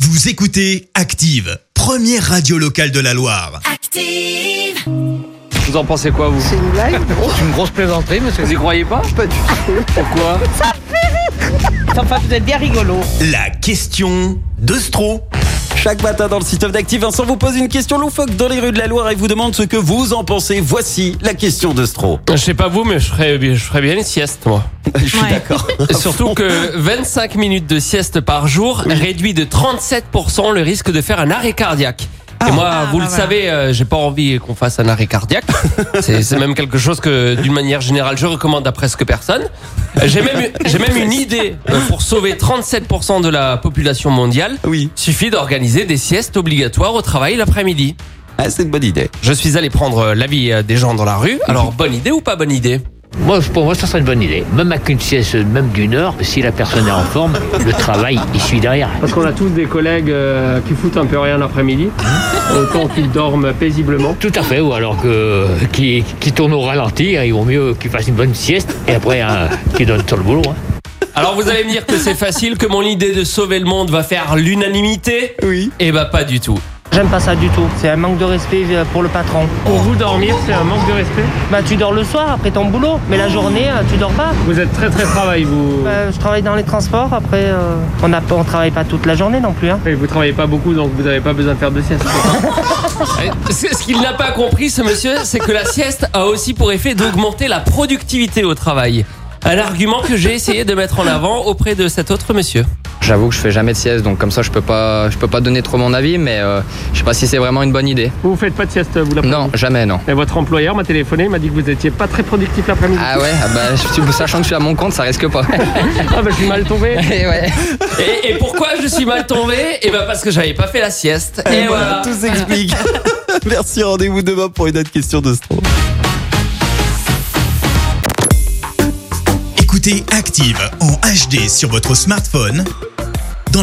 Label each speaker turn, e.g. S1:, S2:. S1: Vous écoutez Active, première radio locale de la Loire.
S2: Active.
S3: Vous en pensez quoi, vous
S4: C'est une blague
S3: C'est une grosse plaisanterie, monsieur. Vous y croyez pas
S4: Pas du tout.
S3: Pourquoi
S4: Enfin, vous êtes bien rigolo.
S1: La question de Stro.
S5: Chaque matin dans le site of d'Active, Vincent vous pose une question loufoque dans les rues de la Loire et vous demande ce que vous en pensez. Voici la question de Stro.
S6: Je sais pas vous, mais je ferais, je ferais bien une sieste, moi.
S5: Je suis d'accord.
S6: Surtout que 25 minutes de sieste par jour réduit de 37% le risque de faire un arrêt cardiaque. Et moi,
S2: Ah,
S6: vous
S2: bah voilà.
S6: le savez, euh, j'ai pas envie qu'on fasse un arrêt cardiaque. C'est c'est même quelque chose que, d'une manière générale, je recommande à presque personne. J'ai même, eu- j'ai même une idée euh, pour sauver 37% de la population mondiale.
S5: Oui,
S6: Suffit d'organiser des siestes obligatoires au travail l'après-midi.
S5: Ah, c'est une bonne idée.
S6: Je suis allé prendre euh, l'avis euh, des gens dans la rue. Alors,
S7: Mhm.
S6: bonne idée ou pas bonne idée
S8: Moi, pour moi, ça serait une bonne idée. Même avec une sieste, même d'une heure, si la personne est en forme, le travail, il suit derrière.
S7: Parce qu'on a tous des collègues euh, qui foutent un peu rien l'après-midi,
S6: Mhm.
S7: autant qu'ils dorment paisiblement.
S8: Tout à fait, ou alors que qui, qui tourne au ralenti, hein, il vaut mieux qu'il fasse une bonne sieste et après hein, qu'il donne sur le boulot. hein.
S6: Alors vous allez me dire que c'est facile, que mon idée de sauver le monde va faire l'unanimité
S5: Oui.
S6: Eh bah pas du tout.
S9: J'aime pas ça du tout. C'est un manque de respect euh, pour le patron.
S7: Pour vous, dormir, c'est un manque de respect.
S9: Bah tu dors le soir après ton boulot, mais la journée euh, tu dors pas.
S7: Vous êtes très très travail, vous.
S9: Bah, je travaille dans les transports. Après, euh, on a, on travaille pas toute la journée non plus. Hein.
S7: Et vous travaillez pas beaucoup, donc vous n'avez pas besoin de faire de sieste.
S6: Eh, Ce ce qu'il n'a pas compris ce monsieur, c'est que la sieste a aussi pour effet d'augmenter la productivité au travail. Un argument que j'ai essayé de mettre en avant auprès de cet autre monsieur.
S10: J'avoue que je fais jamais de sieste, donc comme ça je peux pas, je peux pas donner trop mon avis, mais euh, je sais pas si c'est vraiment une bonne idée.
S7: Vous faites pas de sieste, vous l'après-midi
S10: Non, jamais non.
S7: Et votre employeur m'a téléphoné, il m'a dit que vous étiez pas très productif l'après-midi.
S10: Ah ouais, ah bah, je suis- sachant que je suis à mon compte, ça risque pas.
S7: Ah, bah je suis mal tombé.
S10: Et ouais.
S6: Et, et pourquoi je suis mal tombé Eh bah parce que j'avais pas fait la sieste.
S7: Eh
S6: Et
S7: ben,
S6: voilà.
S5: Tout s'explique. Merci, rendez-vous demain pour une autre question de Stro.
S1: Écoutez Active en HD sur votre smartphone, dans